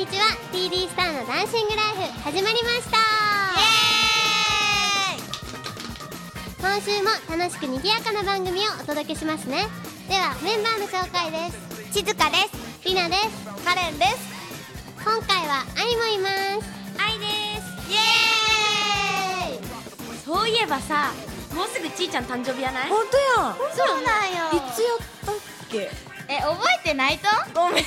TD スターのダンシングライフ始まりました今週も楽しく賑やかな番組をお届けしますねではメンバーの紹介です静香ですりなですカレンです今回は愛もいます愛ですイエーイそういえばさもうすぐちーちゃん誕生日やない本当やんそうなんいつやったっけえ覚えてないとごめん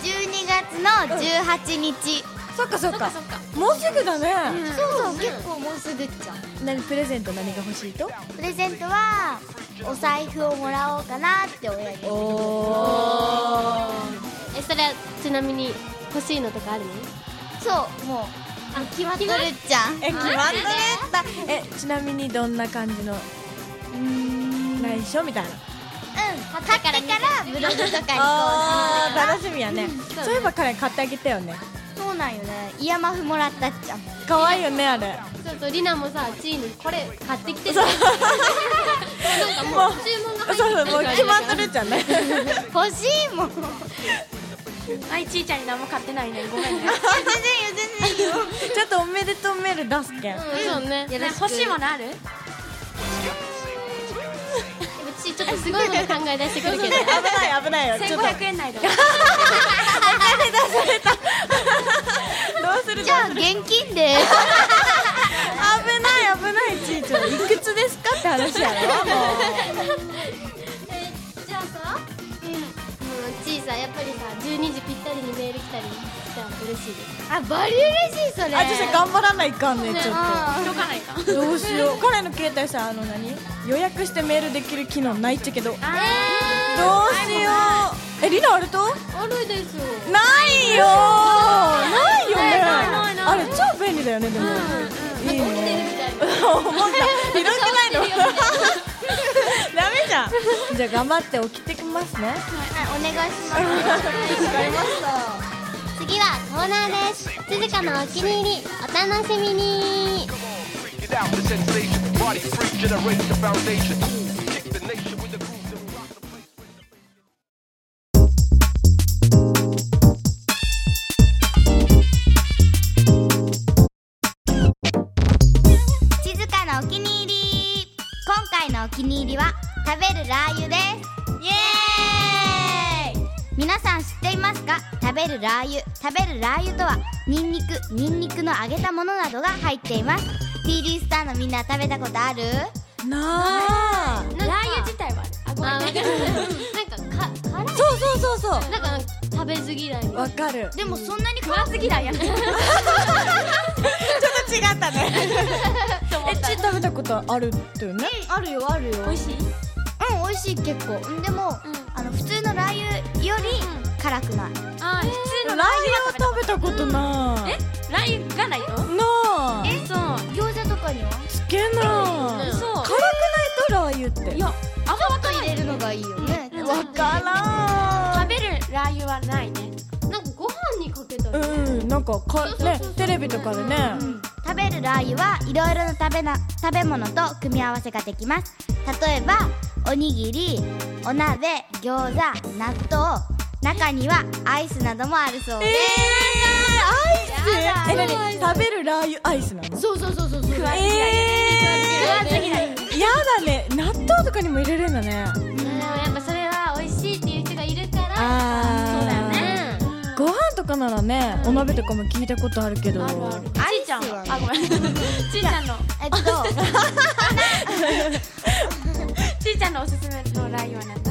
12月の18日、 そっかそっそかっかそっかもうすぐだね、そう結構もうすぐっちゃう何プレゼント何が欲しいとプレゼントはお財布をもらおうかなって親におえそれはちなみに欲しいのとかあるのそうもう決まっとるっちゃんえ決まってたえちなみにどんな感じの内緒みたいなうん買ってからブログとかあー楽しみやね、そういえば彼買ってあげたよねにこうそうなんよねイヤマフもらったっちゃん可愛いよねあれそうそうりなもさちーにこれ買ってきてるそうなんかもう注文がそうそうもう入って決るまかっとるじゃない欲しいもん全然よ愛ちーちゃんに何も買っ てないねごめんね全然よ ちょっとおめでとうメール出すけん、らそうねね欲しいものあるちーちょっとすごいこと考え出してくるけど危ない危ないよちょっとど1500円内だうするじゃあ現金で危ない危ないちーちゃんいくつですかって話やろじゃあさうんもうちーさやっぱりさ12時ぴったりにメール来たりしたら嬉しいです あバリ嬉しいそれあちょっと頑張らないかんねちょっあ届かないかとどうしよう彼の携帯さあの何予約してメールできる機能ないっちゃけどどうしようえりなあるとあるですよないよないよねないないあれ超便利だよねでもいい来てねるみたいな思った 広くないの変わってるよみたいな ダメじゃんじゃあ頑張って起きてきますねはいお願いします次はコーナーです静香のお気に入りお楽しみに Freak it out, the sensation. Body freak, generate the foundation. Kick the nation with the groove that will rock the place. 静かのお気に入り今回のお気に入りは食べるラー油ですイエーイ皆さん知っていますか食べるラー油食べるラー油とはニンニクニンニクの揚げたものなどが入っています TD スターのみんな食べたことあるなあラー油自体はあごめんあね分かるなんかか辛そうそうそうそういなんか食べ過ぎないみたいなわかるでもそんなに食わすぎだやちょっと違ったね えち食べたことあるってよねあるよあるよ美味しいうん美味しい結構うんでも、あの普通のラー油より辛くないあーラ普通ーのラ油ーは食べたことない、油ラー油がないよなあえそう餃子とかにはつけないそ辛くうないとラー油っていやあんま分かんない入れるのがいいよね、わから食べるラー油はないねなんかご飯にかけたりんうんなんかかねテレビとかでね食べるラー油はいろいろな食べな食べ物と組み合わせができます例えばおにぎりお鍋餃子納豆中にはアイスなどもあるそうえーです、アイスえ何食べるラー油アイスなのそうそうそうそうそう食わすぎだよえーやだね納豆とかにも入れるんだねでもやっぱそれは美味しいっていう人がいるからあーねご飯とかならねお鍋とかも聞いたことあるけどあるあるちアイーちスゃはんはあご めんちーちゃんのえっと ちーちゃんのおすすめのラー油はなんだ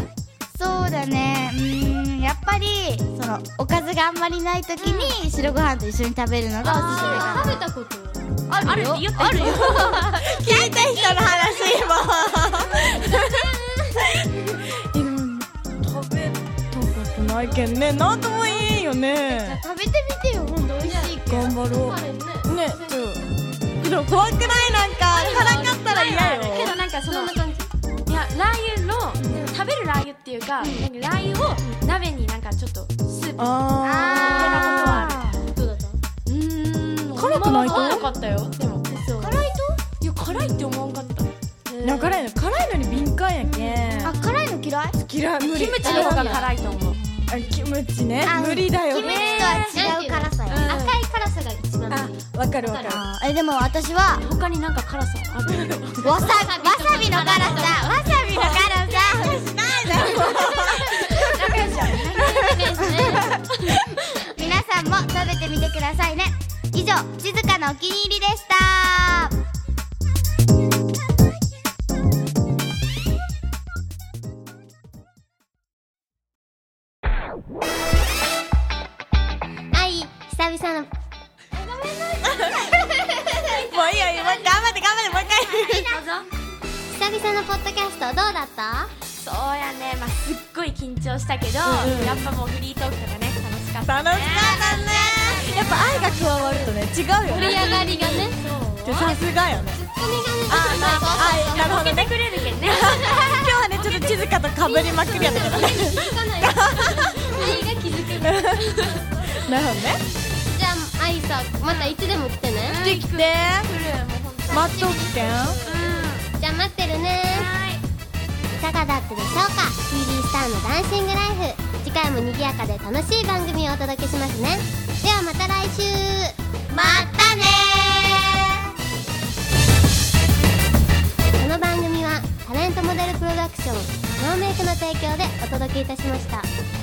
そうだねうーんやっぱりそのおかずがあんまりない時に白ご飯と一緒に食べるのがおすすめかな食べたことあるよあるよ聞いた人の話もでも 食べたことないけんねなんとも言えんよね食べてみてよほんと美味しい頑張ろあるうねねちょっとでも怖くないなんか辛かったら嫌よ けどなんかそどのんな感じいやラー油の食べるラー油っていうかなんかラー油を鍋になんかちょっとスープああーどうだったうーん辛くないと思わなかったよでもそう辛いといや辛いって思わんかったーなんか辛いの辛いのに敏感やけんあ辛いの嫌い嫌い無理キムチの方が辛いと思うあキムチねあ無理だよキムチとは違う辛かるわかるあーえでも私は他になんか辛さ あるわさびわさびの辛さわさびの辛さ皆さんも食べてみてくださいね以上静かのお気に入りでしたあい久々のもういいよもう頑張って頑張ってもう一回久々のポッドキャストどうだったそうやねまあすっごい緊張したけど、うんうんやっぱもうフリートークとかね楽しかった楽しかったねやっぱ愛が加わるとね違うよ盛りね上がりがねさすがよねお願いあなあなるほどねくれるけ ん今ね日はねちょっと静かと被りまくりやったけどね気づかない愛が気づけないなるほどねじゃあ愛さまたいつでも来てねできて待っとくけんじゃあ待ってるねいかがだったでしょうか TV スターのダンシングライフ次回も賑やかで楽しい番組をお届けしますねではまた来週またねこの番組はタレントモデルプロダクションノーメイクの提供でお届けいたしました